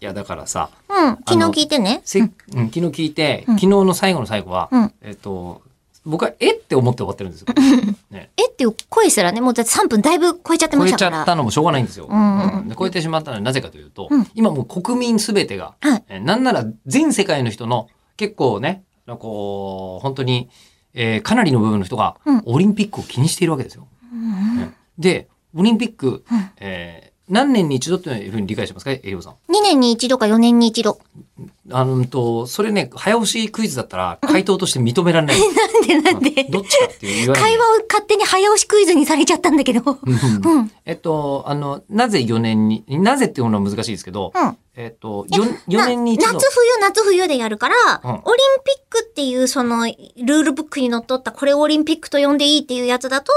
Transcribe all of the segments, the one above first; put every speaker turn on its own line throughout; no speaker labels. いやだからさ
うん。昨日聞いてね。
せ、うん、昨日聞いて、
うん
昨日の最後の最後は、
うん
えっと僕はえって思って終わってるんですよ。ね、
えっていう声すらね、もうだって3分だいぶ超えちゃって
超
ま
え
した
ちゃ
か
っ
ら。
たのもしょうがないんですよ。
うんうんうん
うんで超えてしまったのはなぜかというと、
うん
今もう国民すべてが、
はい
えーなんなら全世界の人の結構ね、あのこう、本当に、えーかなりの部分の人が
うん
オリンピックを気にしているわけですよ。
うんうん
ねで、オリンピック、
うん
えー何年に一度というふうに理解してますか、栄養さん。
2年に一度か4年に一 度。
あのうんと、それね、早押しクイズだったら回答として認められない。
なんでなん
う
で
んどっちかっていう言われ
会
る
話を勝手に早押しクイズにされちゃったんだけど。う
うん
ん。
えっと、あの、なぜ4年に、なぜっていうのは難しいですけど、
うん。
えっと、4, 四年に一
な
度
夏。冬夏冬でやるから、
うん
オリンピックっていうそのルールブックにのっとったこれをオリンピックと呼んでいいっていうやつだと、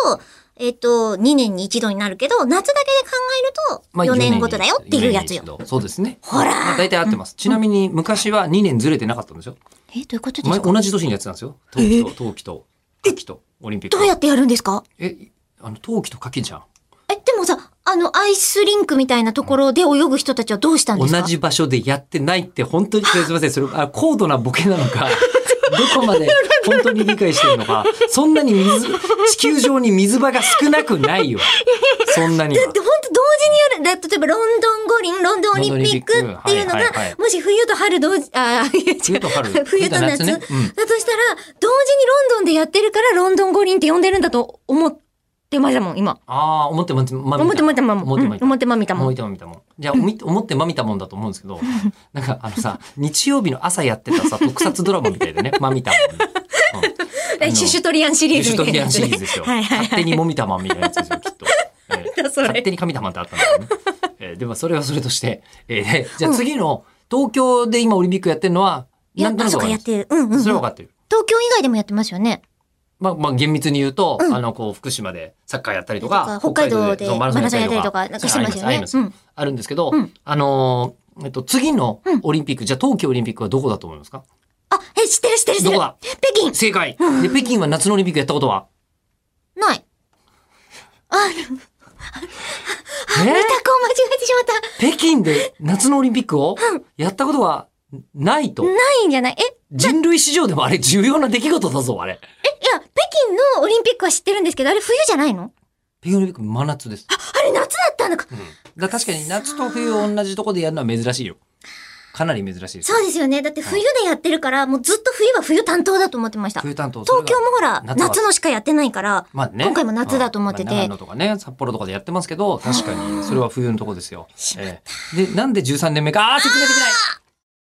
えっ、と、2年に一度になるけど、夏だけで考え
まあ
ると4年ごとだよっていうやつ。
四年。
よ
に一度そうですね。
ほら
まあ大体合ってます。ちなみに昔は2年ずれてなかったんですよ。
え、どういうことで
前
すか
同じ年にやってたんですよ。冬季と、冬季と、夏季と、オリンピック
どう
が。
やってやるんですか
え、あの、冬季と夏季じゃん。
え、でもさ、あの、アイスリンクみたいなところで泳ぐ人たちはどうしたんで
同
すか
じ場所でやってないって本当に、すみません、それ、あ、高度なボケなの か、どこまで本当に理解してるのか、そんなに水、地球上に水場が少なくないよ。そんな には
だって本当同時にやる。だ例えばロンドン五輪、ロンドンオリンピックっていう
ロン
の
ドンオリンピックはいはいは
が
い、
もし冬と春同時、あー、いや違う
冬と春 冬
冬と夏。
と夏ねうん
だとしたら、同時にロンドンでやってるからロンドン五輪って呼んでるんだと思ってましたもん、今。
ああ、思ってま、ま、
思ってましたもん。
思ってま
うん思ってまみたも
思
ん
っ。てまみたもん。じゃあ、おみ思ってまみたもんだと思うんですけど、なんかあのさ、日曜日の朝やってたさ、特撮ドラマみたいでね、まみたもんね。
えシュシュトリアンシリー
ユ
ズ
シト
みたい
リ
な
ア
や
ン
つ
シ
ね。
リーズですよ。
はいはい
勝
は
手
い。
にもみたまんみたいなやつですよ、きっと。ええ
だそ れ
勝手に神玉ってあったんだよね。ええでもそれはそれとして、ええじゃあ次の、東京で今オリンピックやってるのは、
いや、あそ
わか
っか
り
や
ま
っ
す
てる。うんうんうん。
それは分
東
かってる。
京以外でもやってますよね。
まあ、まあ、厳密に言うと、
うん
あの、こう、福島でサッカーやったりと
と
か
か、北海道で
そう
マラソンやったりとか、
マ
なん
ラ
かし
ソ
て
ンや
ま
っ
したた
りと
よね
か。そうういうのありますあります
ん。
あるんですけど、
うん
あのーえっと、次の
うん
オリンピック、じゃあ東京オリンピックはどこだと思いますか
あ、え、知ってる知ってる知って
ど
る
こ。だ
北京
正解で、北京は夏のオリンピックやったことは
ない。あ、
え
見た子を間違えてしまった。
北京で夏のオリンピックをやったことはないと。
ないんじゃないえ、い
人類史上でもあれ重要な出来事だぞ、あれ。
や、北京のオリンピックは知ってるんですけど、あれ冬じゃないの
北京オリンピック真夏です。
あれ夏だったのか。
うん、だから確かに夏と冬を同じとこでやるのは珍しいよ。かなり珍しいです。
そうですよね。だって冬でやってるから、もうずっと冬は冬担当だと思ってました。東
冬担当
京もほら、
夏は
夏のしかやってないから、
まあね、
今回も夏だと思ってて
うんまあ長野とかね、札幌とかでやってますけど、確かにそれは冬のとこですよ。ええで、なんで13年目か、ああー、説明できない